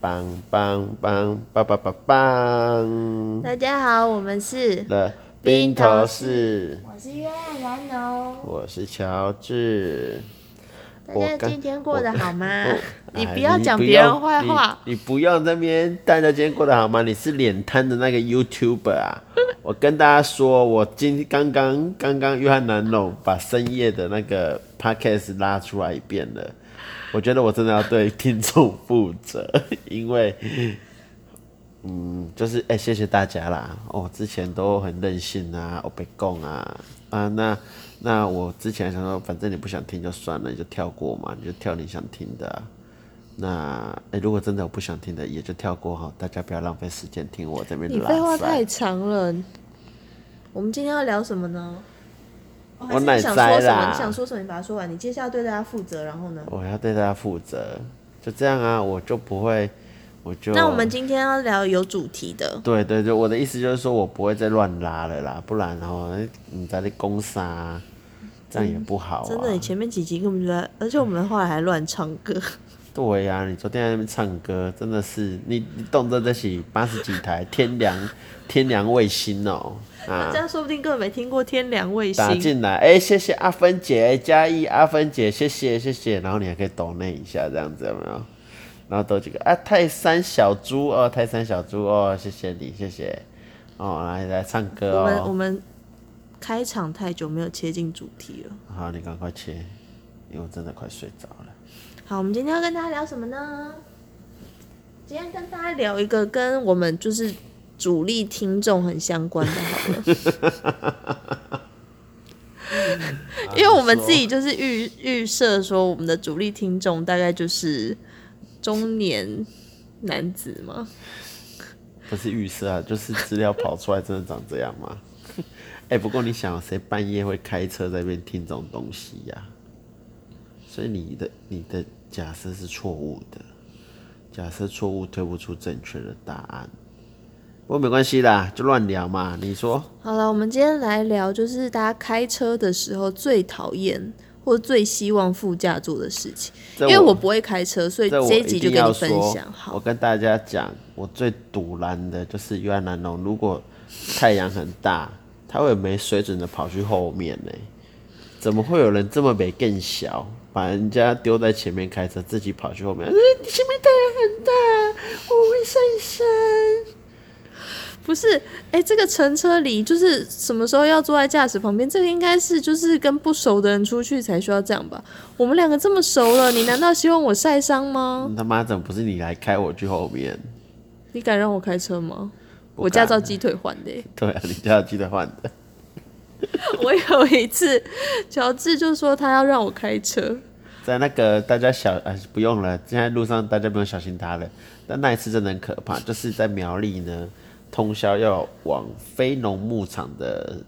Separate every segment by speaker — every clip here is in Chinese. Speaker 1: 梆梆梆梆梆梆梆
Speaker 2: 大家好，我们是
Speaker 1: 的冰头士，
Speaker 2: 我是约爱兰农。
Speaker 1: 我是乔治。我
Speaker 2: 大家
Speaker 1: 刚
Speaker 2: 今天过得好吗
Speaker 1: 我？
Speaker 2: 啊你
Speaker 1: 哎
Speaker 2: 不要讲别人坏话。
Speaker 1: 你，你不要在那边大家今天过得好吗？你是脸瘫的那个 YouTuber 啊！我跟大家说，我今刚刚刚刚约翰南龙把深夜的那个 Podcast 拉出来一遍了，我觉得我真的要对听众负责，因为。嗯，就是哎、谢谢大家啦！哦，之前都很任性啊，我被供啊啊，那那我之前想说，反正你不想听就算了，你就跳过嘛，你就跳你想听的啊、那哎、如果真的有不想听的，也就跳过哈，大家不要浪费时间听我这边
Speaker 2: 你
Speaker 1: 拉
Speaker 2: 废话
Speaker 1: 塞
Speaker 2: 太长了。我们今天要聊什么呢？哦还
Speaker 1: 我
Speaker 2: 是
Speaker 1: 奶
Speaker 2: 你想
Speaker 1: 塞
Speaker 2: 说什么？
Speaker 1: 啦
Speaker 2: 你想说什么？你把它说完。你接下来对大家负责，然后呢？
Speaker 1: 我要对大家负责，就这样啊，我就不会，我就
Speaker 2: 那我们今天要聊有主题的。
Speaker 1: 对对对，我的意思就是说我不会再乱拉了啦，不然哦，你在那攻杀、啊这样也不好、啊
Speaker 2: 真的，你前面几集根本就在，而且我们后来还乱唱歌。
Speaker 1: 对呀、你昨天在那边唱歌，真的是你你动辄这起八十几台天良 天良卫星哦、
Speaker 2: 大
Speaker 1: 啊，
Speaker 2: 家说不定根本没听过天良卫
Speaker 1: 打
Speaker 2: 星。
Speaker 1: 进来，哎、谢谢阿芬姐，嘉义阿芬姐，谢谢谢谢，然后你还可以抖那一下，这样子有没有？然后抖几个啊，泰山小猪哦，泰山小猪哦，谢谢你，谢谢哦，来来唱歌
Speaker 2: 我们我
Speaker 1: 哦，
Speaker 2: 们开场太久没有切进主题了。
Speaker 1: 好，你赶快切，因为我真的快睡着了。
Speaker 2: 好，我们今天要跟大家聊什么呢？今天跟大家聊一个跟我们就是主力听众很相关的，好了， 因为我们自己就是预预设说我们的主力听众大概就是中年男子嘛。
Speaker 1: 不是预设啊，就是资料跑出来真的长这样吗？ 哎、不过你想，谁半夜会开车在那边听这种东西呀、所以你的你的假设是错误的，假设错误推不出正确的答案。不过没关系啦，就乱聊嘛。你说
Speaker 2: 好了，我们今天来聊就是大家开车的时候最讨厌或最希望副驾座的事情，
Speaker 1: 这
Speaker 2: 因
Speaker 1: 我
Speaker 2: 为我不会开车，所以
Speaker 1: 这我
Speaker 2: 这一集
Speaker 1: 一
Speaker 2: 就
Speaker 1: 定
Speaker 2: 跟
Speaker 1: 要
Speaker 2: 你
Speaker 1: 说，
Speaker 2: 分享。好
Speaker 1: 我，跟大家讲，我最堵拦的就是约翰南龙，如果太阳很大，他会没水准的跑去后面呢、怎么会有人这么没更小，把人家丢在前面开车，自己跑去后面？呃你前面太阳很大，我会晒伤。
Speaker 2: 不是，哎、这个乘车礼就是什么时候要坐在驾驶旁边？这个应该是就是跟不熟的人出去才需要这样吧？我们两个这么熟了，你难道希望我晒伤吗？
Speaker 1: 你他妈怎么不是你来开，我去后面？
Speaker 2: 你敢让我开车吗？
Speaker 1: 不
Speaker 2: 我驾
Speaker 1: 敢啊
Speaker 2: 照鸡腿换的欸、
Speaker 1: 对啊，你叫他记得换的。
Speaker 2: 我有一次，乔治就说他要让我开车，
Speaker 1: 在那个大家小啊不用了，现在路上大家不用小心他了。但那一次真的很可怕，就是在苗栗呢，通宵要往非农牧场的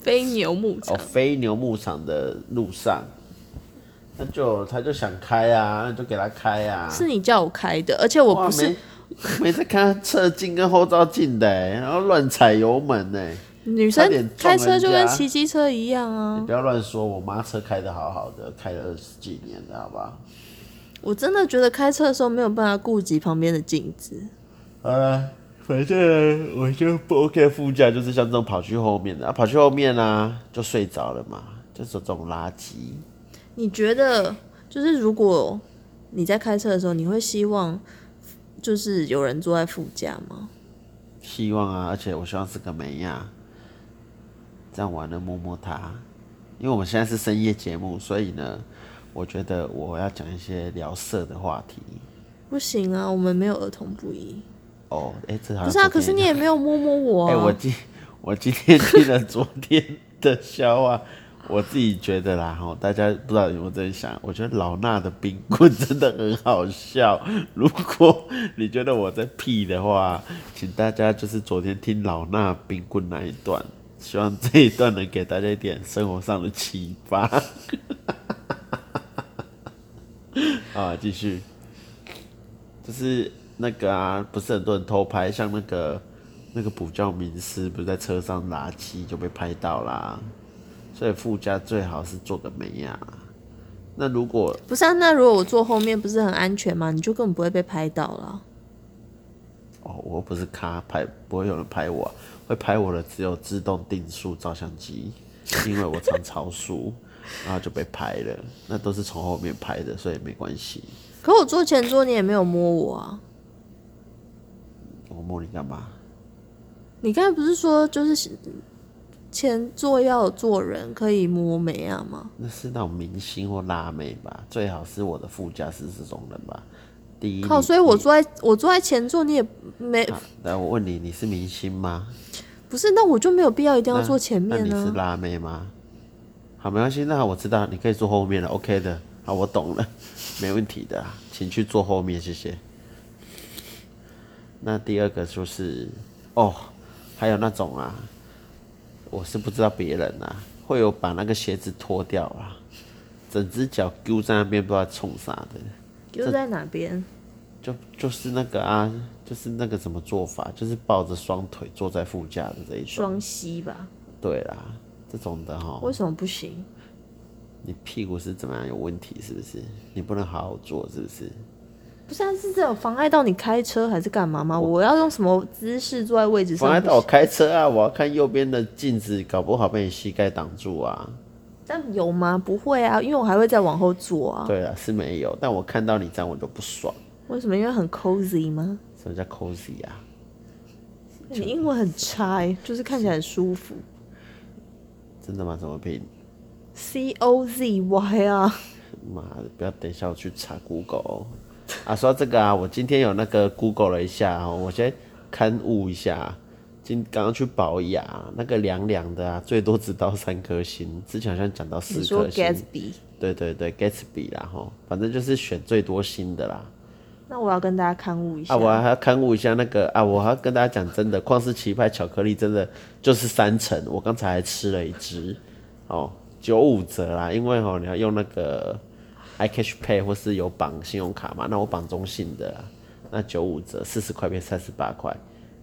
Speaker 2: 飞牛牧场
Speaker 1: 哦，飞牛牧场的路上，那就他就想开啊，那就给他开啊。
Speaker 2: 是你叫我开的，而且我
Speaker 1: 哇
Speaker 2: 不是
Speaker 1: 没没在看他侧镜跟后照镜的欸，然后乱踩油门呢。
Speaker 2: 女
Speaker 1: 差
Speaker 2: 生
Speaker 1: 点撞
Speaker 2: 开车就
Speaker 1: 人
Speaker 2: 跟
Speaker 1: 家
Speaker 2: 骑机车一样
Speaker 1: 你
Speaker 2: 啊！
Speaker 1: 不要乱说，我妈车开的好好的，开了二十几年了，好不好？
Speaker 2: 我真的觉得开车的时候没有办法顾及旁边的镜子。
Speaker 1: 好了，反正我就不 OK 副驾，就是像这种跑去后面的，啊、跑去后面啊，就睡着了嘛，就是这种垃圾。
Speaker 2: 你觉得，就是如果你在开车的时候，你会希望就是有人坐在副驾吗？
Speaker 1: 希望啊，而且我希望是个美呀，这样玩了摸摸她，因为我们现在是深夜节目，所以呢，我觉得我要讲一些聊色的话题。
Speaker 2: 不行啊，我们没有儿童不宜。
Speaker 1: 哦，哎、这好像
Speaker 2: 不是啊，
Speaker 1: 昨
Speaker 2: 可
Speaker 1: 天
Speaker 2: 是你也没有摸摸我
Speaker 1: 哎、
Speaker 2: 啊。
Speaker 1: 我今我今天听了昨天的笑话，我自己觉得啦，哈，大家不知道有没有在想，我觉得老衲的冰棍真的很好笑。如果你觉得我在屁的话，请大家就是昨天听老衲冰棍那一段，希望这一段能给大家一点生活上的启发。 啊，继续，就是那个啊，不是很多人偷拍，像那个那个补教名师，不是在车上拉漆就被拍到啦。所以副驾最好是做个美呀、那如果
Speaker 2: 不是啊，那如果我坐后面不是很安全吗？你就根本不会被拍到了。
Speaker 1: 哦，我又不是咖拍，不会有人拍我啊、会拍我的只有自动定速照相机，因为我常超速， 然后就被拍了。那都是从后面拍的，所以没关系。
Speaker 2: 可我坐前桌，你也没有摸我啊。
Speaker 1: 我摸你哦干嘛？
Speaker 2: 你刚才不是说就是前座要有坐人，可以摸眉啊吗？
Speaker 1: 那是那种明星或辣妹吧，最好是我的副驾驶这种人吧。第一，
Speaker 2: 靠，
Speaker 1: 你
Speaker 2: 所以我
Speaker 1: 你
Speaker 2: 坐在我坐在前座，你也没
Speaker 1: 啊来，我问你，你是明星吗？
Speaker 2: 不是，那我就没有必要一定要
Speaker 1: 那
Speaker 2: 坐前面
Speaker 1: 啊
Speaker 2: 啊
Speaker 1: 那你是
Speaker 2: 呢、
Speaker 1: 辣妹吗？好，没关系，那我知道，你可以坐后面了，OK 的。好，我懂了， 没问题的啊，请去坐后面，谢谢。那第二个就是，哦，还有那种啊，我是不知道别人啊，会有把那个鞋子脱掉啊，整只脚丢在那边，不知道在冲啥的。
Speaker 2: 又在哪边？
Speaker 1: 就就是那个啊，就是那个怎么做法，就是抱着双腿坐在副驾的这一种。
Speaker 2: 双膝吧？
Speaker 1: 对啦，这种的哈，
Speaker 2: 为什么不行？
Speaker 1: 你屁股是怎么样有问题是不是？你不能好好坐是不是？
Speaker 2: 不是、啊，是这有妨碍到你开车还是干嘛吗？我要用什么姿势坐在位置上？
Speaker 1: 妨碍到我开车啊！我要看右边的镜子，搞不好被你膝盖挡住啊。
Speaker 2: 但有吗？不会啊，因为我还会再往后坐啊。
Speaker 1: 对啊，是没有，但我看到你这样我就不爽。
Speaker 2: 为什么？因为很 cozy 吗？
Speaker 1: 什么叫 cozy 啊？
Speaker 2: 你英文很差、欸，就是看起来很舒服。
Speaker 1: 真的吗？怎么拼？
Speaker 2: C O Z Y 啊，
Speaker 1: 妈的，不要等一下我去查 Google 哦。啊，说到这个啊，我今天有那个 Google 了一下哦，我先勘误一下。今刚刚去保养，那个凉凉的啊，最多只到三颗星，之前好像讲到四
Speaker 2: 你说
Speaker 1: 颗星。
Speaker 2: Gatsby，
Speaker 1: 对对对，Gatsby 啦吼，反正就是选最多星的啦。
Speaker 2: 那我要跟大家勘误一下。
Speaker 1: 啊，我还要勘误一下那个啊，我还要跟大家讲真的，旷世奇派巧克力真的就是三层，我刚才还吃了一只，哦，九五折啦，因为哦你要用那个 iCash Pay 或是有绑信用卡嘛，那我绑中信的啦，那九五折四十块变三十八块，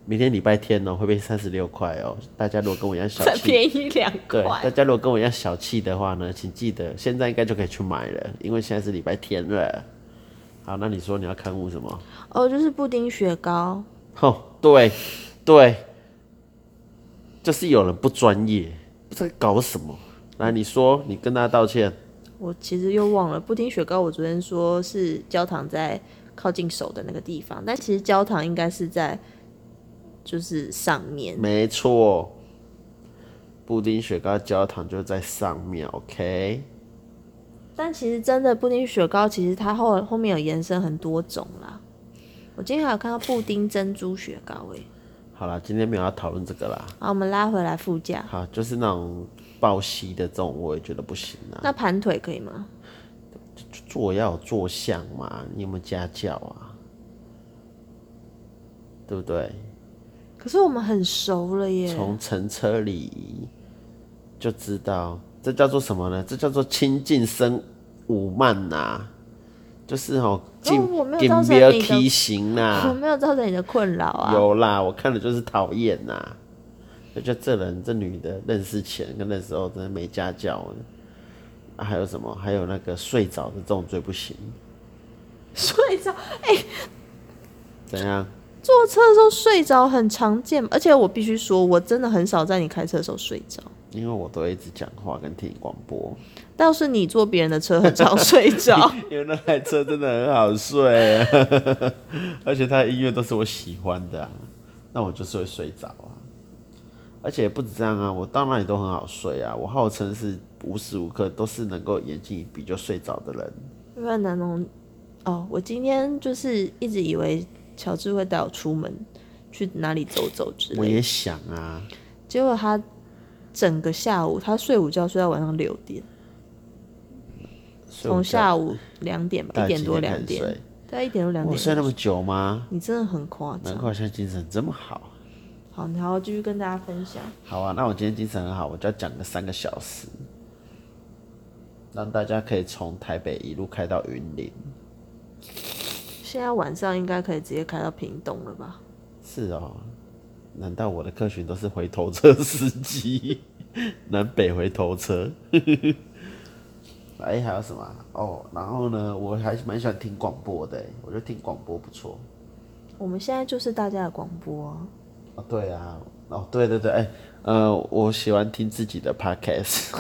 Speaker 1: 明天礼拜天哦会变三十六块哦，大家如果跟我一样小
Speaker 2: 再
Speaker 1: 气。
Speaker 2: 便宜两
Speaker 1: 对，大
Speaker 2: 块，
Speaker 1: 家如果跟我一样小气的话呢，请记得现在应该就可以去买了，因为现在是礼拜天了。好，那你说你要刊物什么？
Speaker 2: 哦，就是布丁雪糕。
Speaker 1: 哦，对，对，就是有人不专业，不知道搞什么。来，你说，你跟他道歉。
Speaker 2: 我其实又忘了布丁雪糕，我昨天说是焦糖在靠近手的那个地方，但其实焦糖应该是在就是上面。
Speaker 1: 没错，布丁雪糕焦糖就在上面，OK？
Speaker 2: 但其实真的布丁雪糕，其实它后后面有延伸很多种啦。我今天还有看到布丁珍珠雪糕诶、
Speaker 1: 好啦，今天没有要讨论这个啦。
Speaker 2: 好，我们拉回来副驾。
Speaker 1: 好，就是那种爆吸的这种，我也觉得不行啊。
Speaker 2: 那盘腿可以吗？
Speaker 1: 坐要有坐相嘛，你有没有家教啊？对不对？
Speaker 2: 可是我们很熟了耶。
Speaker 1: 从乘车礼仪就知道，这叫做什么呢？这叫做亲近生五慢呐、就是哦，进
Speaker 2: 我没有
Speaker 1: 进
Speaker 2: 造成
Speaker 1: 不要
Speaker 2: 你的
Speaker 1: 梯形
Speaker 2: 我
Speaker 1: 呐，
Speaker 2: 没有造成你的困扰啊。
Speaker 1: 有啦，我看了就是讨厌呐。就觉得这人这女的认识前跟认识后真的没家教的、啊还有什么？还有那个睡着的这种最不行，
Speaker 2: 睡着，
Speaker 1: 怎样？
Speaker 2: 坐车的时候睡着很常见，而且我必须说，我真的很少在你开车的时候睡着，
Speaker 1: 因为我都会一直讲话跟听广播，
Speaker 2: 倒是你坐别人的车很常睡 着。
Speaker 1: 因为那台车真的很好睡、啊， 而且它的音乐都是我喜欢的、啊，那我就是会睡着啊。而且不止这样啊，我到哪里都很好睡啊，我号称是无时无刻都是能够眼睛一闭就睡着的人。
Speaker 2: 因为南农，哦，我今天就是一直以为乔治会带我出门去哪里走走之
Speaker 1: 我
Speaker 2: 类的，
Speaker 1: 也想啊，
Speaker 2: 结果他整个下午他睡午觉睡到晚上六点，
Speaker 1: 所以我
Speaker 2: 从
Speaker 1: 就
Speaker 2: 下午两点吧，
Speaker 1: 大
Speaker 2: 一
Speaker 1: 概
Speaker 2: 点
Speaker 1: 几
Speaker 2: 多
Speaker 1: 点开
Speaker 2: 两
Speaker 1: 始
Speaker 2: 点，
Speaker 1: 睡
Speaker 2: 大概一点多两
Speaker 1: 我
Speaker 2: 点
Speaker 1: 睡那么久吗？
Speaker 2: 你真的很夸
Speaker 1: 难
Speaker 2: 张。
Speaker 1: 怪我现在精神这么好。
Speaker 2: 好，你还要继续跟大家分享。
Speaker 1: 好啊，那我今天精神很好，我就要讲个三个小时，让大家可以从台北一路开到云林。
Speaker 2: 现在晚上应该可以直接开到屏东了吧？
Speaker 1: 是哦，难道我的客群都是回头车司机？ 南北回头车？ 哎、还有什么啊？哦，然后呢，我还蛮喜欢听广播的，我觉得听广播不错。
Speaker 2: 我们现在就是大家的广播啊、
Speaker 1: 哦对啊，哦，对对对，哎、呃，我喜欢听自己的 podcast，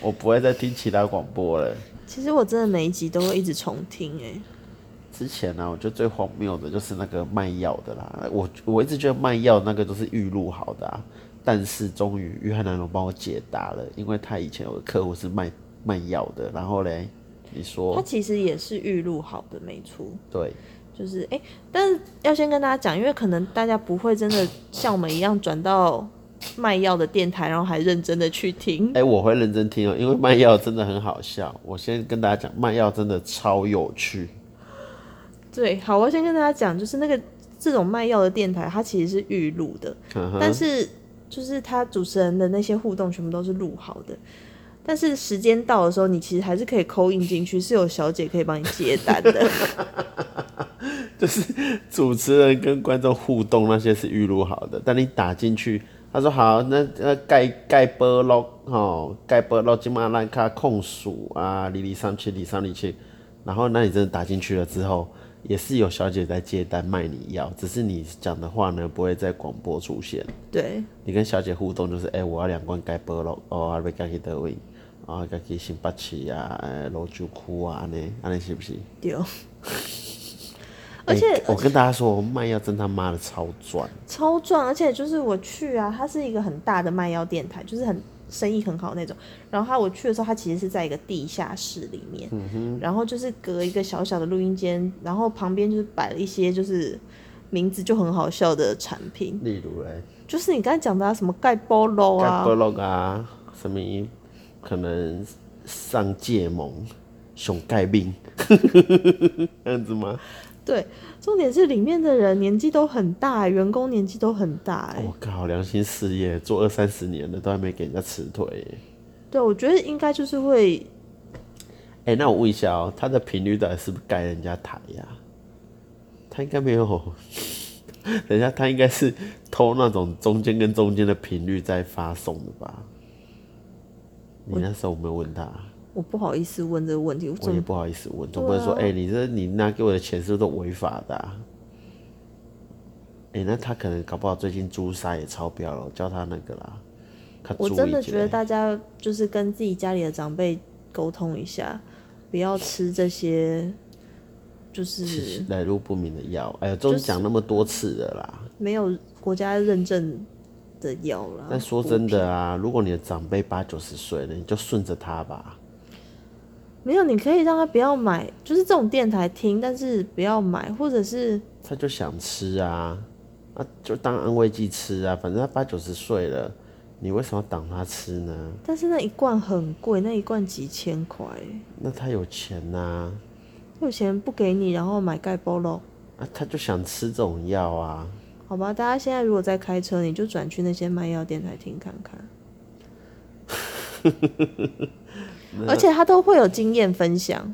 Speaker 1: 我不会再听其他广播了。
Speaker 2: 其实我真的每一集都会一直重听、欸，
Speaker 1: 之前呢、我觉得最荒谬的就是那个卖药的啦。我我一直觉得卖药那个都是预录好的啊，但是终于约翰南龙帮我解答了，因为他以前有个客户是卖卖药的，然后嘞，你
Speaker 2: 它
Speaker 1: 说
Speaker 2: 其实也是预录好的，没错。
Speaker 1: 对，
Speaker 2: 就是哎、但是要先跟大家讲，因为可能大家不会真的像我们一样转到卖药的电台，然后还认真的去听
Speaker 1: 哎、。我会认真听哦、因为卖药真的很好笑。我先跟大家讲，卖药真的超有趣。
Speaker 2: 对，好，我先跟大家讲，就是那个这种卖药的电台，它其实是预录的，
Speaker 1: 嗯哼
Speaker 2: 但是就是它主持人的那些互动全部都是录好的。但是时间到的时候，你其实还是可以扣印进去，是有小姐可以帮你接单 的。
Speaker 1: 主持人跟观众互动那些是预录好的，但你打进去，他说好，那那盖盖波咯，吼，盖波咯，今嘛咱卡控数啊，零零三七零三零七，然后那你真的打进去了之后，也是有小姐在接单卖你药，只是你讲的话呢不会在广播出现，
Speaker 2: 对，
Speaker 1: 你跟小姐互动就是，哎、我要两罐盖波咯，哦，啊，要加去德位，啊，加去新北市啊，呃罗州区啊，安尼安尼是不是？
Speaker 2: 丢。
Speaker 1: 哎
Speaker 2: 而且
Speaker 1: 哎我跟大家说，我卖药真他妈的超赚。
Speaker 2: 超赚，而且就是我去啊，它是一个很大的卖药电台，就是很生意很好那种。然后它我去的时候，它其实是在一个地下室里面，
Speaker 1: 嗯
Speaker 2: 然后就是隔一个小小的录音间，然后旁边就是摆了一些就是名字就很好笑的产品，
Speaker 1: 例如嘞，
Speaker 2: 就是你刚才讲的、啊、什么盖菠萝
Speaker 1: 盖
Speaker 2: 啊
Speaker 1: 菠，萝啊，什么可能上界盟、熊盖病， 这样子吗？
Speaker 2: 对，重点是里面的人年纪都很大、员工年纪都很大、哎、
Speaker 1: 我靠，良心事业做二三十年了，都还没给人家辞退耶。
Speaker 2: 对，我觉得应该就是会
Speaker 1: 哎、那我问一下哦、他的频率到底是不是盖人家台呀、他应该没有， 等一下他应该是偷那种中间跟中间的频率在发送的吧？你那时候有没有问他？
Speaker 2: 我不好意思问这个问题，我
Speaker 1: 我
Speaker 2: 怎
Speaker 1: 也
Speaker 2: 么啊
Speaker 1: 不好意思问，总不能说，哎、你这你拿给我的钱是不是都违法的、啊？哎、那他可能搞不好最近朱砂也超标了，我叫他那个啦。较
Speaker 2: 我
Speaker 1: 注意
Speaker 2: 真的
Speaker 1: 一下
Speaker 2: 觉得大家就是跟自己家里的长辈沟通一下，不要吃这些，就是
Speaker 1: 来路不明的药，哎呀，终于讲那么多次了啦。
Speaker 2: 没有国家认证的药啦。
Speaker 1: 但说真的啊，如果你的长辈八九十岁了，你就顺着他吧。
Speaker 2: 没有，你可以让他不要买，就是这种电台听，但是不要买，或者是
Speaker 1: 他就想吃啊，那就当安慰剂吃啊，反正他八九十岁了，你为什么要挡他吃呢？
Speaker 2: 但是那一罐很贵，那一罐几千块，
Speaker 1: 那他有钱呐、
Speaker 2: 有钱不给你，然后买盖包喽。
Speaker 1: 啊，他就想吃这种药啊。
Speaker 2: 好吧，大家现在如果在开车，你就转去那些卖药电台听看看。 而且他都会有经验分享，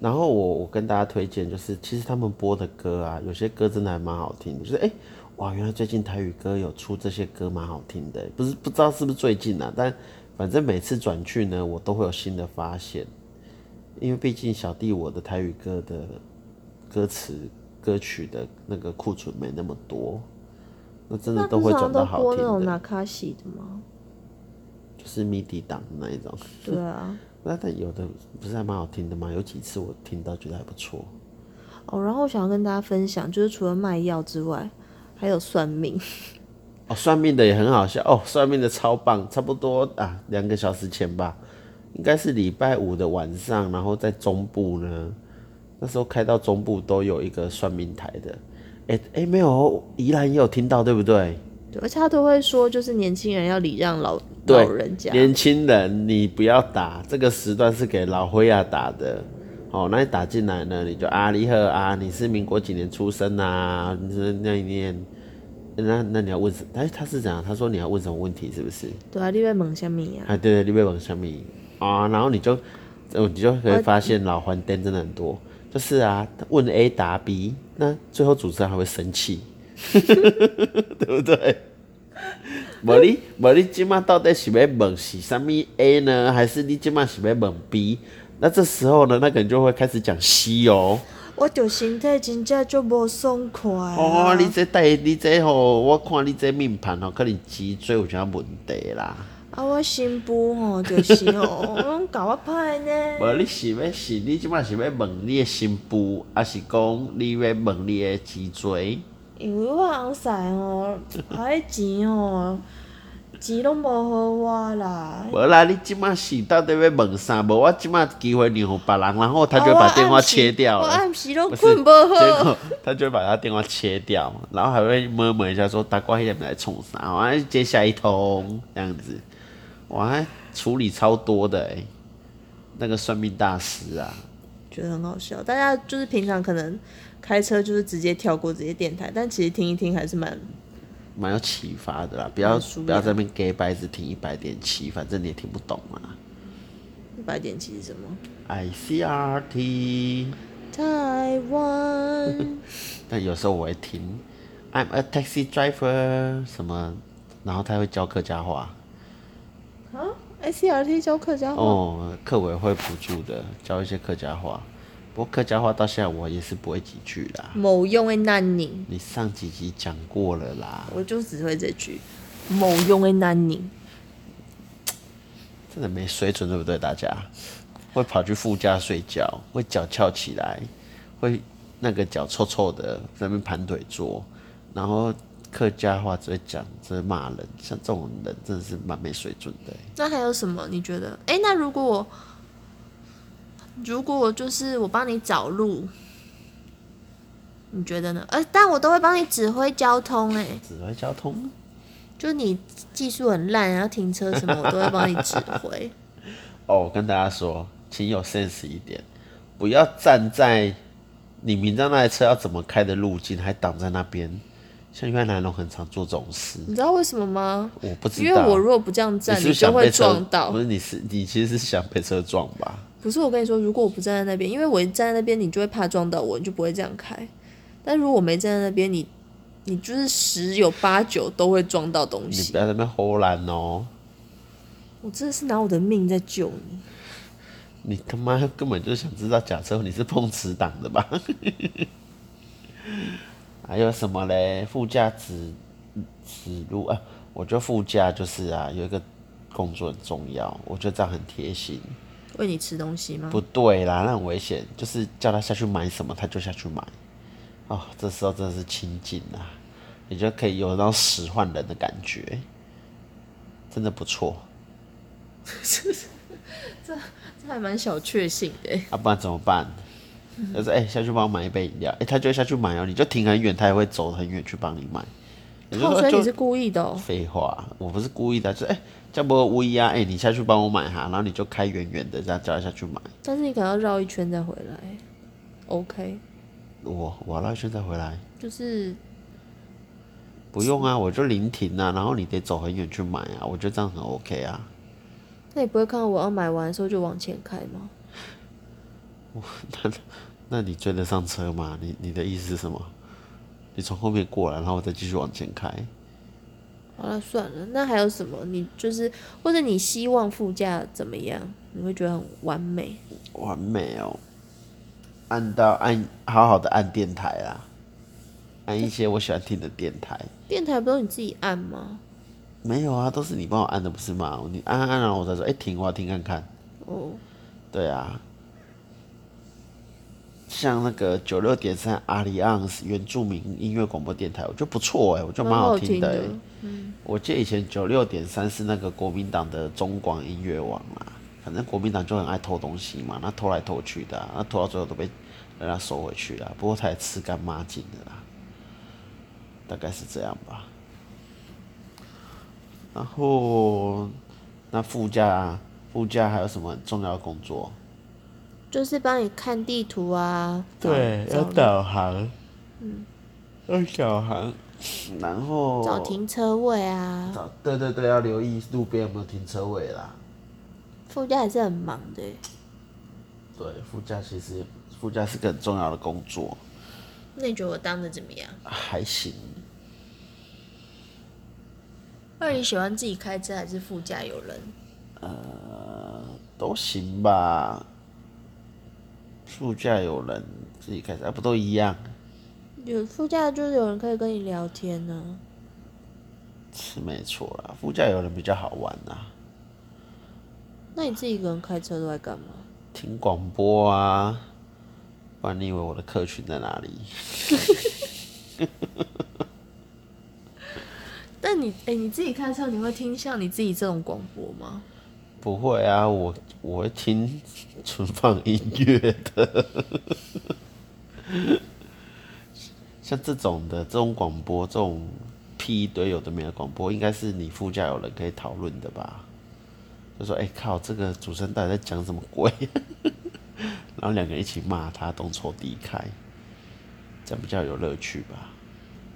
Speaker 1: 然后我我跟大家推荐，就是其实他们播的歌啊，有些歌真的还蛮好听的，就是哎、哇，原来最近台语歌有出这些歌蛮好听的，不是不知道是不是最近啊，但反正每次转去呢，我都会有新的发现，因为毕竟小弟我的台语歌的歌词歌曲的那个库存没那么多，那真的
Speaker 2: 那
Speaker 1: 都
Speaker 2: 通
Speaker 1: 会
Speaker 2: 常
Speaker 1: 转
Speaker 2: 都
Speaker 1: 到好
Speaker 2: 播那
Speaker 1: 听
Speaker 2: 种
Speaker 1: 的，
Speaker 2: 拿卡西的 吗？
Speaker 1: 就是 MIDI 档的那一种。
Speaker 2: 对啊，
Speaker 1: 那但有的不是还蛮好听的吗？有几次我听到觉得还不错。
Speaker 2: 哦，然后我想要跟大家分享，就是除了卖药之外，还有算命。
Speaker 1: 哦，算命的也很好笑哦，算命的超棒，差不多啊两个小时前吧，应该是礼拜五的晚上，然后在中部呢，那时候开到中部都有一个算命台的，哎、哎、没有哦，宜兰也有听到对不对？
Speaker 2: 对，而且他都会说，就是年轻人要礼让老
Speaker 1: 对
Speaker 2: 老人家。
Speaker 1: 年轻人，你不要打，这个时段是给老灰啊打的。哦，那你打进来呢，你就啊，你好啊，你是民国几年出生啊？你是那一年，那那你要问什？哎，他是讲，他说你要问什么问题，是不是？
Speaker 2: 对啊，另外猛虾米啊，
Speaker 1: 啊，对对，你被往下面移啊，然后你就，呃你就会发现老还灯真的很多，就是啊，问 A 答 B，那最后主持人还会生气， 对不对？无你无你今麦到底是要问是啥物 A 呢，还是你今麦是要问 B？那这时候呢，那个人就会开始讲 C 哦，
Speaker 3: 我着心态真正足无爽快、啊。
Speaker 1: 哦，你这代，你这吼、我看你这命盘吼，可能脊椎有啥问题啦。
Speaker 3: 啊，我新妇吼，就是
Speaker 2: 哦
Speaker 3: 吼，拢甲我歹 呢。
Speaker 1: 无，你是要是，你即摆是要问你的新妇，还是讲你要问你的脊椎？
Speaker 3: 因为我翁婿
Speaker 2: 哦
Speaker 3: 吼，
Speaker 2: 啊
Speaker 3: 把迄钱吼，钱拢无互我啦。
Speaker 1: 无啦，你即摆是到底要问啥？无，我即摆机会让互别人，然后他就会把电话切掉
Speaker 3: 我
Speaker 1: 了。
Speaker 3: 哦暗时
Speaker 1: 不
Speaker 3: 拢
Speaker 1: 是，
Speaker 3: 困无
Speaker 1: 结
Speaker 3: 好
Speaker 1: 果。他就会把他电话切掉，然后还会摸摸一下说：“大瓜现在来冲啥？”好像接下一通这样子，哇，处理超多的哎、那个算命大师啊，
Speaker 2: 觉得很好笑。大家就是平常可能开车就是直接跳过这些电台，但其实听一听还是蛮……
Speaker 1: 蛮有启发的啦。不要
Speaker 2: 很舒压
Speaker 1: 不要在那边给白只听一百点七，反正你也听不懂啊。
Speaker 2: 一百点七是什么？
Speaker 1: I C R T，
Speaker 2: 台 湾
Speaker 1: 但有时候我会听 I'm a taxi driver 什么，然后他会教客家话。
Speaker 2: 啊，ICRT 教客家话，
Speaker 1: 哦，客委会补助的，教一些客家话。不过客家话到现在我也是不会几句啦。
Speaker 2: 某用的难拧，
Speaker 1: 你上几集讲过了啦，
Speaker 2: 我就只会这句，某用的难拧。
Speaker 1: 真的没水准，对不对？大家会跑去副驾睡觉，会脚翘起来，会那个脚臭臭的，在那边盘腿坐，然后客家话只会讲，只会骂人。像这种人真的是蛮没水准的欸、
Speaker 2: 那还有什么？你觉得？哎、那如果我如果我就是我帮你找路，你觉得呢？呃，但我都会帮你指挥交通、哎，
Speaker 1: 指挥交通
Speaker 2: 就你技术很烂，然后停车什么，我都会帮你指 挥。
Speaker 1: 哦，我跟大家说，请有 sense 一点，不要站在你明知道那台车要怎么开的路径，还挡在那边。像越南龙很常做这种事，
Speaker 2: 你知道为什么吗？
Speaker 1: 我不知道。
Speaker 2: 因为我如果不这样
Speaker 1: 你
Speaker 2: 站，
Speaker 1: 是不是
Speaker 2: 就
Speaker 1: 想
Speaker 2: 会
Speaker 1: 被车
Speaker 2: 撞到
Speaker 1: 不。是，你是你其实是想被车撞吧？
Speaker 2: 不是我跟你说，如果我不站在那边，因为我一站在那边，你就会怕撞到我，你就不会这样开。但如果我没站在那边，你你就是十有八九都会撞到东
Speaker 1: 你
Speaker 2: 西
Speaker 1: 不。要在那边吼懒哦，
Speaker 2: 我真的是拿我的命在救你。
Speaker 1: 你他妈根本就想知道假车你是碰瓷档的吧？还有什么嘞？副驾指指路啊，我觉得副驾就是啊，有一个工作很重要，我觉得这样很贴心。
Speaker 2: 喂你吃东西吗？
Speaker 1: 不对啦，那很危险，就是叫他下去买什么，他就下去买。哦，这时候真的是亲近啊，你就可以有那种使唤人的感觉，真的不错。
Speaker 2: 这还蛮小确幸的欸。
Speaker 1: 啊，不然怎么办？就是哎、下去帮我买一杯饮料，哎、他就会下去买哦，你就停很远，他也会走很远去帮你买。你就
Speaker 2: 哦，所
Speaker 1: 说
Speaker 2: 以你是
Speaker 1: 就
Speaker 2: 故意的哦。
Speaker 1: 废话，我不是故意的，就是哎，叫不乌鸦，哎、你下去帮我买哈，然后你就开远远的，这样叫他下去买。
Speaker 2: 但是你可能要绕一圈再回来。OK，
Speaker 1: 我我绕一圈再回来，
Speaker 2: 就是
Speaker 1: 不用啊，我就临停啊，然后你得走很远去买啊，我觉得这样很 OK 啊。
Speaker 2: 那你不会看到我要买完的时候就往前开吗？
Speaker 1: 那你追得上车吗？你你的意思是什么？你从后面过来，然后我再继续往前开。
Speaker 2: 好了，算了。那还有什么？你就是或者你希望副驾怎么样？你会觉得很完美？
Speaker 1: 完美哦，按到按好好的按电台啦，按一些我喜欢听的电台。
Speaker 2: 电台不都你自己按吗？
Speaker 1: 没有啊，都是你帮我按的，不是吗？你按按按，然后我才说，哎、停，我要听看看。
Speaker 2: 哦，
Speaker 1: 对啊，像那个九六点三阿里昂斯原住民音乐广播电台，我觉得不错哎、我觉得蛮好听的、
Speaker 2: 蛮
Speaker 1: 欸。
Speaker 2: 好听的
Speaker 1: 我记得以前九六点三是那个国民党的中广音乐网啦，反正国民党就很爱偷东西嘛，那偷来偷去的啊、那偷到最后都被人家收回去了。不过他也吃干抹净的啦，大概是这样吧。然后，那副驾副驾还有什么很重要的工作？
Speaker 2: 就是帮你看地图啊。
Speaker 1: 对，
Speaker 2: 找
Speaker 1: 要导航，嗯，要导航，然后
Speaker 2: 找停车位啊，
Speaker 1: 找对对对，要留意路边有没有停车位啦。
Speaker 2: 副驾也是很忙的欸。
Speaker 1: 对，副驾其实副驾是个很重要的工作，
Speaker 2: 那你觉得我当的怎么样？
Speaker 1: 还行。
Speaker 2: 那你喜欢自己开车还是副驾有人？
Speaker 1: 都行吧。副驾有人自己开车、啊、不都一样？
Speaker 2: 有副驾就是有人可以跟你聊天啊呢、
Speaker 1: 是没错啦，副驾有人比较好玩啊呐、
Speaker 2: 那你自己一个人开车都在干嘛？
Speaker 1: 听广播啊，不然你以为我的客群在哪里？
Speaker 4: 但你哎、你自己开车，你会听像你自己这种广播吗？
Speaker 1: 不会啊，我我会听纯放音乐的， 像这种的这种广播，这种屁一堆有的没的广播，应该是你副驾有人可以讨论的吧？就说哎、靠，这个主持人到底在讲什么鬼？ 然后两个人一起骂他，东错低开，这样比较有乐趣吧？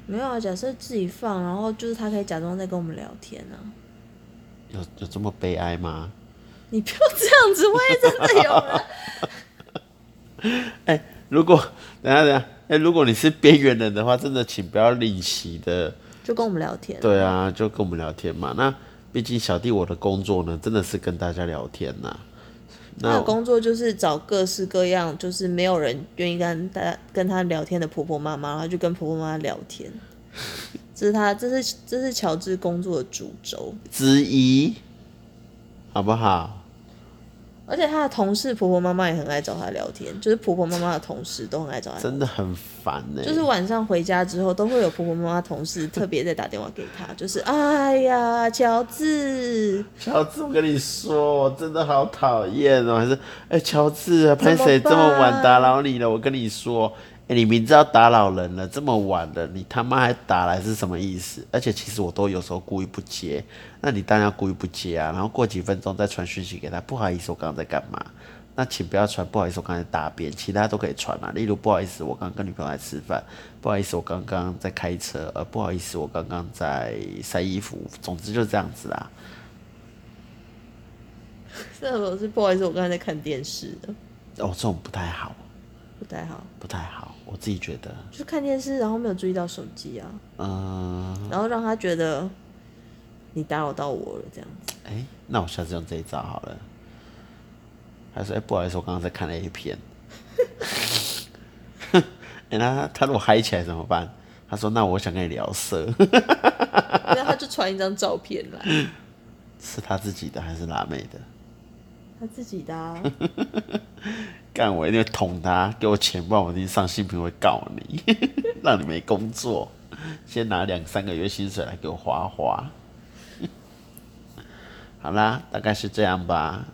Speaker 2: 没有啊，假设自己放，然后就是他可以假装在跟我们聊天啊。
Speaker 1: 有有这么悲哀吗？
Speaker 2: 你不要这样子，万一真的有人，
Speaker 1: 如果等一下等一下，哎、如果你是边缘人的话，真的请不要吝惜的，
Speaker 2: 就跟我们聊天。
Speaker 1: 对啊，就跟我们聊天嘛。那毕竟小弟我的工作呢，真的是跟大家聊天呐、
Speaker 2: 他的工作就是找各式各样，就是没有人愿意跟他跟他聊天的婆婆妈妈，然后就跟婆婆妈妈聊天。 这是他，这是这是乔治工作的主轴，
Speaker 1: 之一，好不好？
Speaker 2: 而且他的同事婆婆妈妈也很爱找他聊天，就是婆婆妈妈的同事都很爱找他聊天。
Speaker 1: 真的欸很烦呢、
Speaker 2: 就是晚上回家之后，都会有婆婆妈妈同事特别在打电话给他，就是哎呀，乔治，
Speaker 1: 乔治，我跟你说，我真的好讨厌哦！还是哎，乔治啊，
Speaker 2: 怎么
Speaker 1: 拍谁这么晚
Speaker 2: 办
Speaker 1: 打扰你了？我跟你说，哎，你明知道打扰人了，这么晚了，你他妈还打来是什么意思？而且其实我都有时候故意不接，那你当然要故意不接啊。然后过几分钟再传讯息给他，不好意思，我刚刚在干嘛？那请不要传，不好意思，我刚才大便，其他都可以传啊。例如，不好意思，我刚跟女朋友来吃饭，不好意思，我刚刚在开车，呃，不好意思，我刚刚在晒衣服，总之就是这样子啦。
Speaker 2: 这我是不好意思，我刚才在看电视的，
Speaker 1: 哦，这种不太好，
Speaker 2: 不太好，
Speaker 1: 不太好，我自己觉得，
Speaker 2: 就是看电视，然后没有注意到手机啊，
Speaker 1: 嗯、
Speaker 2: 然后让他觉得你打扰到我了这样子。
Speaker 1: 哎、那我下次用这一招好了。他说：“哎、不好意思，我刚刚在看 A 片。 哎、那他他如果嗨起来怎么办？他说：“那我想跟你聊色，
Speaker 2: 然后他就传一张照片来，
Speaker 1: 是他自己的还是辣妹的
Speaker 2: 他自己的、啊，？”
Speaker 1: 干我一定会捅他，给我钱，不然我一定上新平会告你， 让你没工作，先拿两三个月薪水来给我花花。 好啦，大概是这样吧，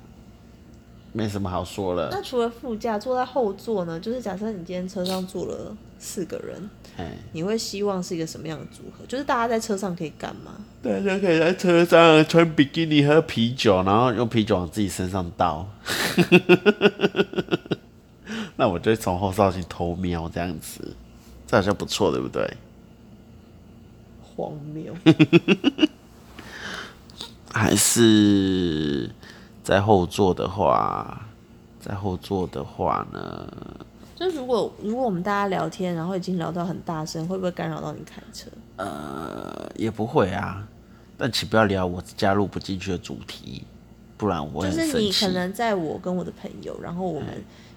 Speaker 1: 没什么好说了。
Speaker 2: 那除了副驾，坐在后座呢？就是假设你今天车上坐了四个人，
Speaker 1: 哎、
Speaker 2: 你会希望是一个什么样的组合？就是大家在车上可以干嘛？
Speaker 1: 大家可以在车上穿比基尼喝啤酒，然后用啤酒往自己身上倒。 那我就会从后照镜偷瞄这样子，这好像不错，对不对？
Speaker 2: 荒谬。
Speaker 1: 还是在后座的话，在后座的话呢？
Speaker 2: 就是如果如果我们大家聊天，然后已经聊到很大声，会不会干扰到你开车？
Speaker 1: 呃，也不会啊。但请不要聊我加入不进去的主题，不然我会
Speaker 2: 就
Speaker 1: 很
Speaker 2: 是
Speaker 1: 生
Speaker 2: 你
Speaker 1: 气嗯
Speaker 2: 可。能在我跟我的朋友，然后我们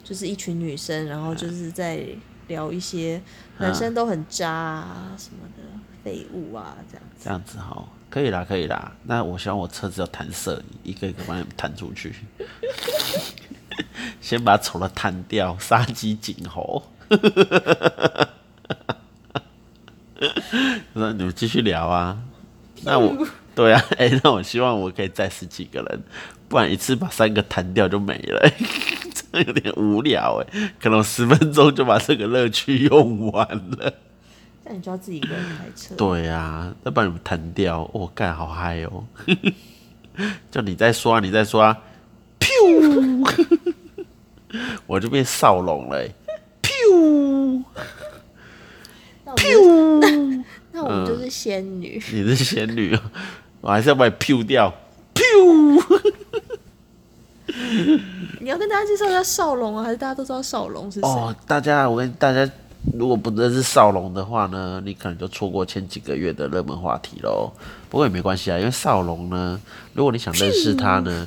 Speaker 2: 就是一群女生，然后就是在聊一些
Speaker 1: 嗯
Speaker 2: 男生都很渣啊什么的废物啊这样子。
Speaker 1: 这样子哈，可以啦，可以啦。那我希望我车子有弹射，一个一个把你们弹出去， 先把丑的弹掉，杀鸡儆猴。 那你们继续聊啊。那我对啊， 哎、那我希望我可以载十几个人，不然一次把三个弹掉就没了、 这样有点无聊哎、可能我十分钟就把这个乐趣用完了。
Speaker 2: 那你就要自己一个人开车。
Speaker 1: 对啊，要不然你们弹掉，我、哦、干好嗨哦！ 就你在刷，你在刷，噗， 我就变少龙了欸、噗，
Speaker 2: 那我们就是那我
Speaker 1: 嗯
Speaker 2: 们就是仙女，
Speaker 1: 你是仙女哦，我还是要把你噗掉，噗，
Speaker 2: 你要跟啊大家介绍一下少龙啊，还是大家都知道少龙是谁？
Speaker 1: 哦，大家，我跟大家，如果不认识少龙的话呢，你可能就错过前几个月的热门话题喽。不过也没关系啊，因为少龙呢，如果你想认识
Speaker 2: 啊
Speaker 1: 他呢，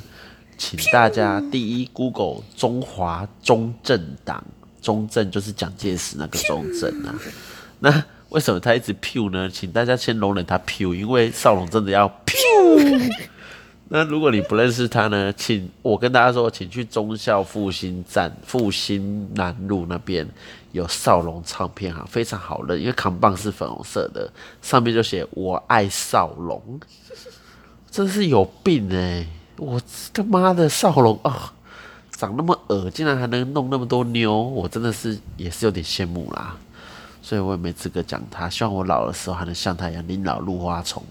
Speaker 1: 请大家第一 Google 中华中正党中正就是蒋介石那个中正啊。那为什么他一直 pew 呢？请大家先容忍他 pew，因为少龙真的要 pew。那如果你不认识他呢，请我跟大家说，请去忠孝复兴站复兴南路那边有少龙唱片行，非常好认，因为扛棒是粉红色的，上面就写“我爱少龙”，真是有病哎、我他妈的少龙啊、长那么恶，竟然还能弄那么多妞，我真的是也是有点羡慕啦。所以我也没资格讲他，希望我老的时候还能像他一样临老入花丛。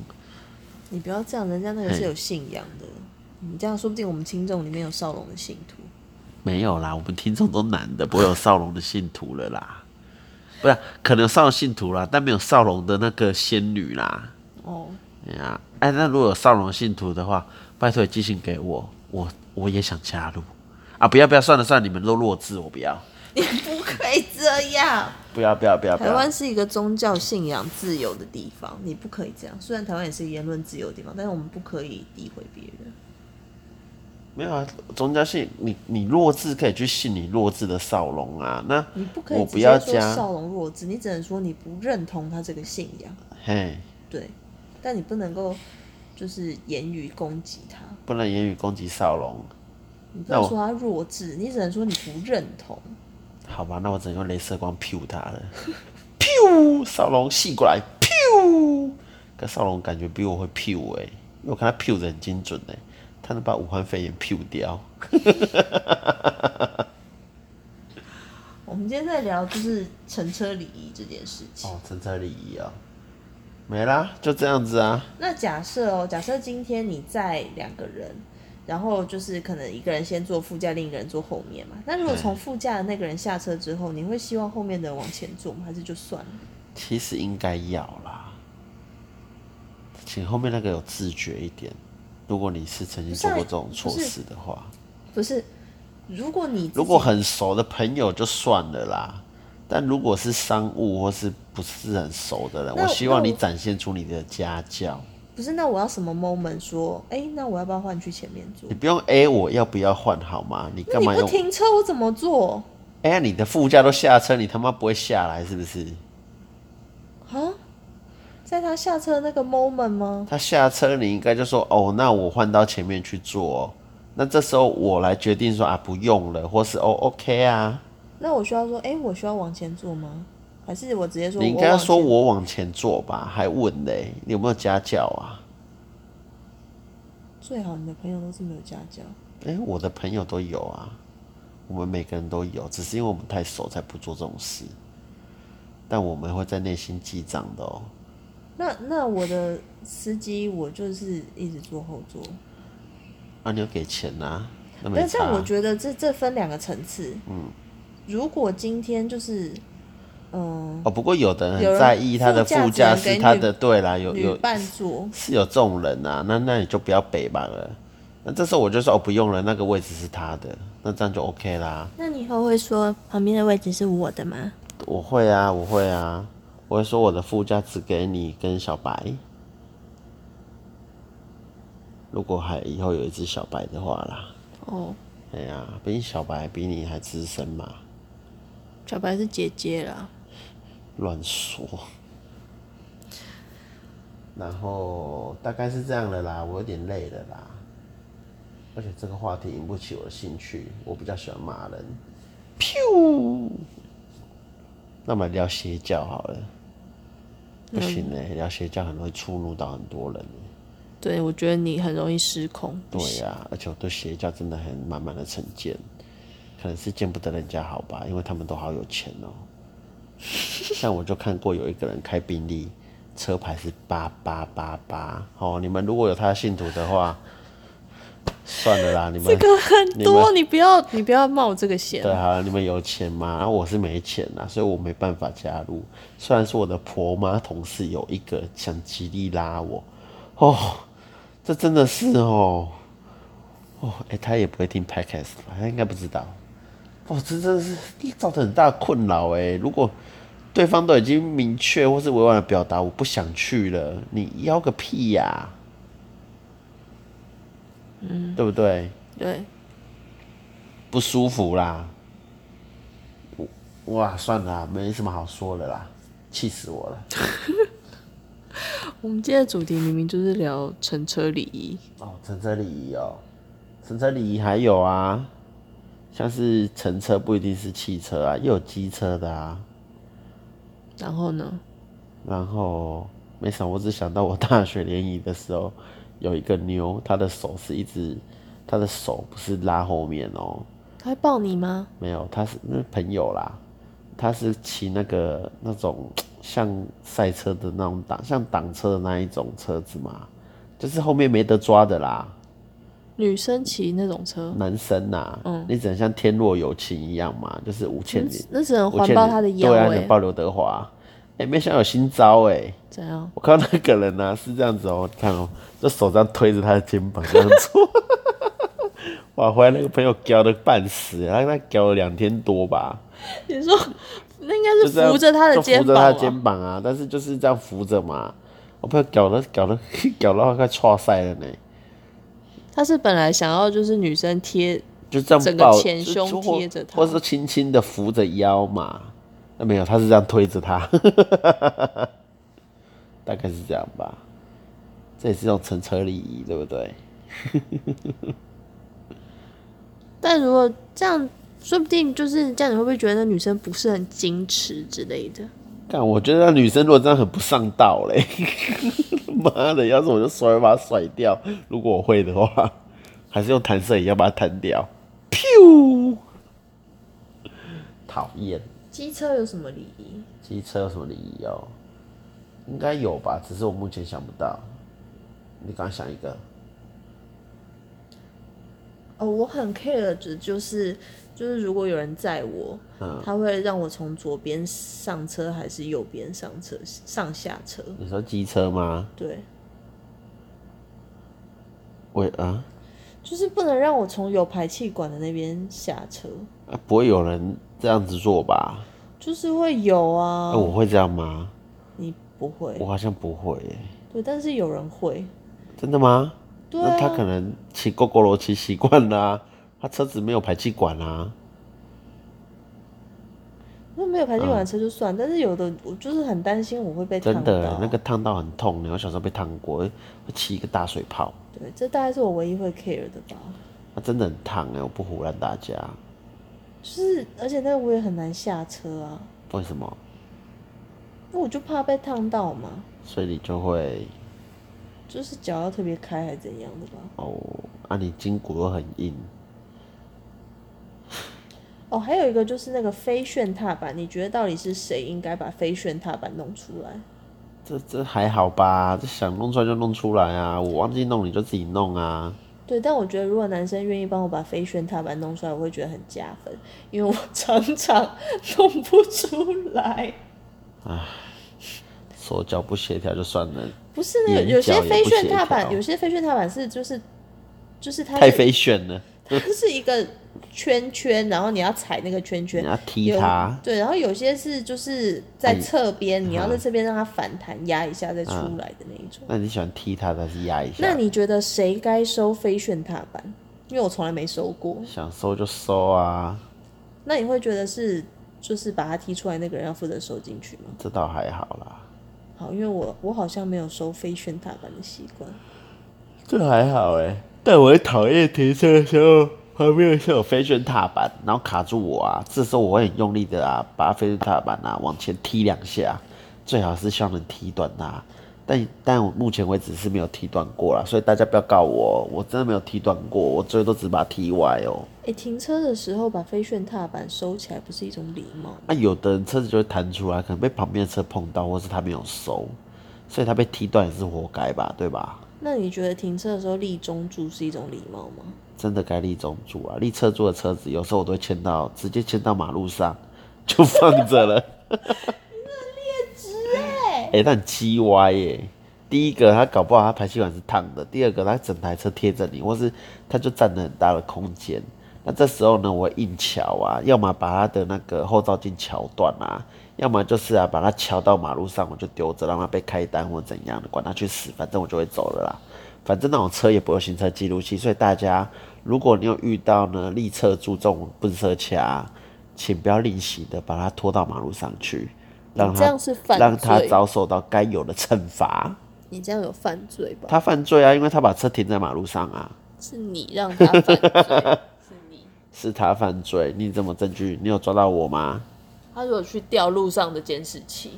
Speaker 2: 你不要这样，人家那个是有信仰的。你这样说不定我们听众里面有少龙的信徒。
Speaker 1: 没有啦，我们听众都男的，不会有少龙的信徒了啦。不是，可能有少龙信徒啦，但没有少龙的那个仙女啦。
Speaker 2: 哦，
Speaker 1: 哎呀，哎，那如果有少龙信徒的话，拜托你寄信给我，我我也想加入啊！不要不要，算了算了，你们都弱智，我不要，
Speaker 2: 你不可以这样。
Speaker 1: 不要不要不要不
Speaker 2: 台
Speaker 1: 要
Speaker 2: 湾。是一个宗教信仰自由的地方，你不可以这样。虽然台湾也是言论自由的地方，但是我们不可以诋毁别人。
Speaker 1: 没有啊，宗教信你你弱智可以去信你弱智的少龙啊。那
Speaker 2: 你不可以
Speaker 1: 我
Speaker 2: 直
Speaker 1: 不
Speaker 2: 接
Speaker 1: 要
Speaker 2: 说
Speaker 1: 加，
Speaker 2: 少龙弱智，你只能说你不认同他这个信仰，
Speaker 1: 嘿，
Speaker 2: 对。但你不能够就是言语攻击他，
Speaker 1: 不能言语攻击少龙。
Speaker 2: 你不
Speaker 1: 那
Speaker 2: 能
Speaker 1: 我
Speaker 2: 说他弱智，你只能说你不认同。
Speaker 1: 好吧，那我只能用镭射光 p 他了。p 少龙吸过来 p 可少龙感觉比我会 p 哎、因为我看他 p 的很精准哎、他能把武汉肺炎 p 掉。
Speaker 2: 我们今天在聊就是乘车礼仪这件事情。
Speaker 1: 哦，政策礼仪啊，没啦，就这样子啊。
Speaker 2: 那假设哦，假设今天你载两个人，然后就是可能一个人先坐副驾，另一个人坐后面嘛。那如果从副驾的那个人下车之后，你会希望后面的人往前坐吗？还是就算了？
Speaker 1: 其实应该要啦，请后面那个有自觉一点。如果你是曾经做过这种措施的话，
Speaker 2: 不是，如果你自己
Speaker 1: 如果很熟的朋友就算了啦。但如果是商务或是不是很熟的人，
Speaker 2: 那
Speaker 1: 我希望
Speaker 2: 那我
Speaker 1: 你展现出你的家教。
Speaker 2: 不是，那我要什么 moment 说，哎、那我要不要换去前面坐
Speaker 1: 你？不用 A 我要不要换好吗？你
Speaker 2: 那
Speaker 1: 干
Speaker 2: 你
Speaker 1: 嘛
Speaker 2: 不
Speaker 1: 用？
Speaker 2: 停车，我怎么坐？
Speaker 1: 哎、你的副驾都下车，你他妈不会下来是不是？
Speaker 2: 啊，在他下车的那个 moment 吗？
Speaker 1: 他下车，你应该就说哦，那我换到前面去坐、哦。那这时候我来决定说啊，不用了，或是哦，OK 啊。
Speaker 2: 那我需要说，哎、我需要往前坐吗？还是我直接说？
Speaker 1: 你应该说
Speaker 2: 往前
Speaker 1: 我往前坐吧，还问嘞，你有没有家教啊？
Speaker 2: 最好你的朋友都是没有家教。
Speaker 1: 哎、我的朋友都有啊，我们每个人都有，只是因为我们太熟才不做这种事。但我们会在内心记账的哦。
Speaker 2: 那那我的司机，我就是一直坐后座，
Speaker 1: 啊，你有给钱呐、啊？那没
Speaker 2: 但
Speaker 1: 差
Speaker 2: 但我
Speaker 1: 啊。
Speaker 2: 觉得这这分两个层次。嗯，如果今天就是，嗯、
Speaker 1: 哦，不过有的人
Speaker 2: 有人
Speaker 1: 很在意他的
Speaker 2: 副驾
Speaker 1: 副驾
Speaker 2: 只
Speaker 1: 是
Speaker 2: 能给
Speaker 1: 他
Speaker 2: 女
Speaker 1: 的，对啦，有
Speaker 2: 女
Speaker 1: 有
Speaker 2: 伴座，
Speaker 1: 是有这种人啊，那那你就不要北吧了。那这时候我就说哦，不用了，那个位置是他的，那这样就 OK 啦。
Speaker 2: 那你以后会说旁边的位置是我的吗？
Speaker 1: 我会啊，我会啊，我会说我的副驾只给你跟小白。如果还以后有一只小白的话啦，
Speaker 5: 哦，
Speaker 1: 哎呀、毕竟小白比你还资深嘛，
Speaker 5: 小白是姐姐啦。
Speaker 1: 乱说。然后大概是这样的啦，我有点累了啦，而且这个话题引不起我的兴趣，我比较喜欢骂人。噗，那么聊邪教好了，不行呢、欸聊邪教很容易触怒到很多人欸、
Speaker 5: 对，我觉得你很容易失控。
Speaker 1: 对 呀、而且我对邪教真的很满满的成见，可能是见不得人家好吧，因为他们都好有钱哦、 像我就看过有一个人开宾利，车牌是八八八八，哦，你们如果有他的信徒的话，算了啦，你们
Speaker 5: 这个很多，
Speaker 1: 你
Speaker 5: 你不要你不要冒这个险
Speaker 1: 对。啊，你们有钱吗？然、后我是没钱啊，所以我没办法加入。虽然说我的婆妈同事有一个想极力拉我，哦，这真的是哦，哦，哎、他也不会听 podcast 吧？他应该不知道。哦，这真的是造成很大的困扰哎。如果对方都已经明确或是委婉的表达我不想去了，你要个屁呀、嗯，对不对？
Speaker 5: 对，
Speaker 1: 不舒服啦。我哇，算了啊，没什么好说的啦，气死我了。
Speaker 6: 我们今天的主题明明就是聊乘车礼仪，
Speaker 1: 哦，乘车礼仪哦，乘车礼仪还有啊，像是乘车不一定是汽车啊，也有机车的啊。
Speaker 6: 然后呢，
Speaker 1: 然后没想，我只想到我大学联谊的时候，有一个妞，她的手是一直，她的手不是拉后面哦，
Speaker 6: 他会抱你吗？
Speaker 1: 没有，她是那朋友啦，她是骑那个那种像赛车的那种挡，像挡车的那一种车子嘛，就是后面没得抓的啦。
Speaker 6: 女生骑那种车，
Speaker 1: 男生呐、
Speaker 6: 嗯
Speaker 1: 你只能像天若有情一样嘛，就是吴倩
Speaker 6: 那
Speaker 1: 莲，
Speaker 6: 那只能
Speaker 1: 吴
Speaker 6: 环
Speaker 1: 倩
Speaker 6: 抱
Speaker 1: 莲
Speaker 6: 他的腰
Speaker 1: 对
Speaker 2: 欸
Speaker 1: 啊，
Speaker 6: 哎、
Speaker 1: 能抱刘德华，哎、没想到有新招哎、
Speaker 6: 怎样？
Speaker 1: 我看到那个人呢、是这样子哦、你看哦、就手这样推着他的肩膀这样做。 哇，回来那个朋友教的半死，他他教了两天多吧，
Speaker 6: 你说 那应该
Speaker 1: 就这
Speaker 6: 是
Speaker 1: 样
Speaker 6: 扶着他的
Speaker 1: 就
Speaker 6: 肩
Speaker 1: 扶着他
Speaker 6: 膀
Speaker 1: 的
Speaker 6: 吧？
Speaker 1: 肩膀啊，但是就是这样扶着嘛。我朋友搞得 搞得搞到快岔赛了呢，
Speaker 6: 他是本来想要就是女生贴，
Speaker 1: 就这样
Speaker 6: 整个
Speaker 1: 抱，
Speaker 6: 前
Speaker 1: 就
Speaker 6: 胸
Speaker 1: 就或
Speaker 6: 贴着他
Speaker 1: 或是轻轻的扶着腰嘛。那没有，他是这样推着他， 大概是这样吧。这也是一种乘车礼仪，对不对？
Speaker 6: 但如果这样，说不定就是这样，你会不会觉得那女生不是很矜持之类的？
Speaker 1: 但我觉得那女生如果这样很不上道嘞， 妈的！要是我就甩把她甩掉，如果我会的话，还是用弹射一样把它弹掉，噗！讨厌，
Speaker 2: 机车有什么礼仪？
Speaker 1: 机车有什么礼仪哦？应该有吧，只是我目前想不到。你刚想一个，
Speaker 2: 哦，我很 care 的就是就是如果有人载我，
Speaker 1: 嗯
Speaker 2: 他会让我从左边上车还是右边上车上下车？
Speaker 1: 你说机车吗？
Speaker 2: 对，
Speaker 1: 我啊
Speaker 2: 就是不能让我从有排气管的那边下车，
Speaker 1: 啊，不会有人这样子做吧？
Speaker 2: 就是会有啊
Speaker 1: 那、，哎我会这样吗？
Speaker 2: 你不会，
Speaker 1: 我好啊像不会耶，
Speaker 2: 对，但是有人会，
Speaker 1: 真的吗？
Speaker 2: 对
Speaker 1: 那他
Speaker 2: 啊，
Speaker 1: 可能骑狗狗罗骑习惯啦、他车子没有排气管啊。
Speaker 2: 那没有排气管的车就算，但是有的我就是很担心我会被烫
Speaker 1: 真的欸
Speaker 2: 到，，
Speaker 1: 那个烫到很痛的，我小时候被烫过，会起一个大水泡，
Speaker 2: 对，这大概是我唯一会 care 的吧。
Speaker 1: 它真的很烫哎、我不胡乱大家，
Speaker 2: 就是，而且那个我也很难下车啊，
Speaker 1: 为什么？
Speaker 2: 那我就怕被烫到嘛，
Speaker 1: 所以你就会
Speaker 2: 就是脚要特别开还是怎样的吧。
Speaker 1: 哦，啊，你筋骨又很硬，
Speaker 2: 哦，还有一个就是那个飞旋踏板，你觉得到底是谁应该把飞旋踏板弄出来？
Speaker 1: 这这还好吧？这想弄出来就弄出来啊，我忘记弄你就自己弄啊。
Speaker 2: 对，但我觉得如果男生愿意帮我把飞旋踏板弄出来，我会觉得很加分，因为我常常弄不出来。
Speaker 1: 手脚不协调就算了，
Speaker 2: 不是那
Speaker 1: 眼
Speaker 2: 有有些
Speaker 1: 角也
Speaker 2: 飞
Speaker 1: 不
Speaker 2: 旋
Speaker 1: 协
Speaker 2: 踏
Speaker 1: 调
Speaker 2: 板，有些飞旋踏板是就是就是它
Speaker 1: 太
Speaker 2: 是
Speaker 1: 飞旋了，
Speaker 2: 它是一个圈圈，然后你要踩那个圈
Speaker 1: 你
Speaker 2: 圈。
Speaker 1: 要踢
Speaker 2: 有
Speaker 1: 它，
Speaker 2: 对，然后有些是就是在
Speaker 1: 哎
Speaker 2: 侧边，你要
Speaker 1: 啊
Speaker 2: 在这边让它反弹压一下再出来的那一种。
Speaker 1: 那你喜欢踢它还嗯是啊压一下？
Speaker 2: 那你觉得谁该收飞旋踏板？因为我从来没收过。
Speaker 1: 想收就收啊，
Speaker 2: 那你会觉得是就是把它踢出来那个人要负责收进去吗？
Speaker 1: 这倒还好啦。
Speaker 2: 好，因为我我好像没有收飞旋踏板的习惯。
Speaker 1: 这还好哎，但我很讨厌停车的时候旁边是有飞旋踏板，然后卡住我啊，这时候我会很用力的啊，把飞旋踏板啊往前踢两下，最好是希望能踢断它。但但我目前为止是没有踢断过啦，所以大家不要告我，我真的没有踢断过，我最多只把它踢歪哦。
Speaker 2: 哎、停车的时候把飞旋踏板收起来，不是一种礼貌吗？
Speaker 1: 那、啊有的人车子就会弹出来，可能被旁边的车碰到，或是他没有收，所以他被踢断也是活该吧，对吧？
Speaker 2: 那你觉得停车的时候立中柱是一种礼貌吗？
Speaker 1: 真的该立中柱啊！立侧柱的车子，有时候我都会牵到，直接牵到马路上，就放着了。哎、欸，那很鸡歪耶！第一个，它搞不好它排气管是烫的；第二个，它整台车贴着你，或是它就占了很大的空间。那这时候呢，我会硬桥啊，要么把它的那个后照镜桥断啊，要么就是啊把它桥到马路上，我就丢着，让它被开单或怎样的，管它去死，反正我就会走了啦。反正那种车也不会有行车记录器，所以大家如果你有遇到呢立侧注重笨色卡，啊请不要吝惜的把他拖到马路上去，让
Speaker 2: 这
Speaker 1: 他
Speaker 2: 样是犯罪
Speaker 1: 让他遭受到该有的惩罚。
Speaker 2: 你这样有犯罪吧？
Speaker 1: 他犯罪啊，因为他把车停在马路上啊，
Speaker 2: 是你让他 犯罪，是你。
Speaker 1: 是他犯罪。你怎么证据？你有抓到我吗？
Speaker 2: 他如果去调路上的监视器，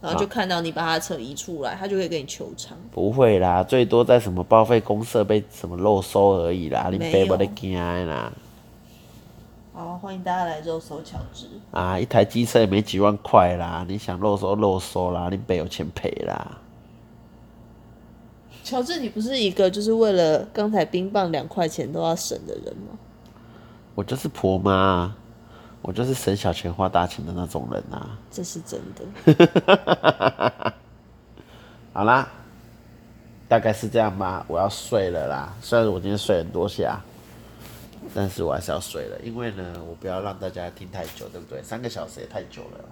Speaker 2: 然
Speaker 1: 啊
Speaker 2: 后就看到你把他的车移出来，他就可以跟你求偿。
Speaker 1: 不会啦，最多在什么报废公社被什么漏收而已啦，你
Speaker 2: 没
Speaker 1: 别不
Speaker 2: 有
Speaker 1: 得惊的啦。
Speaker 2: 好，欢迎大家来肉搜乔治。
Speaker 1: 啊，一台机车也没几万块啦，你想漏收漏收啦，你别有钱赔啦。
Speaker 2: 乔治，你不是一个就是为了刚才冰棒两块钱都要省的人吗？
Speaker 1: 我就是婆妈啊，我就是省小钱花大钱的那种人啊。
Speaker 2: 这是真的。
Speaker 1: 好啦，大概是这样吧。我要睡了啦，虽然我今天睡很多下，但是我还是要睡了，因为呢，我不要让大家听太久，对不对？三个小时也太久了啦。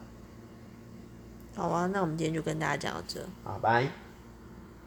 Speaker 2: 好啊，那我们今天就跟大家讲到这。
Speaker 1: 好，拜。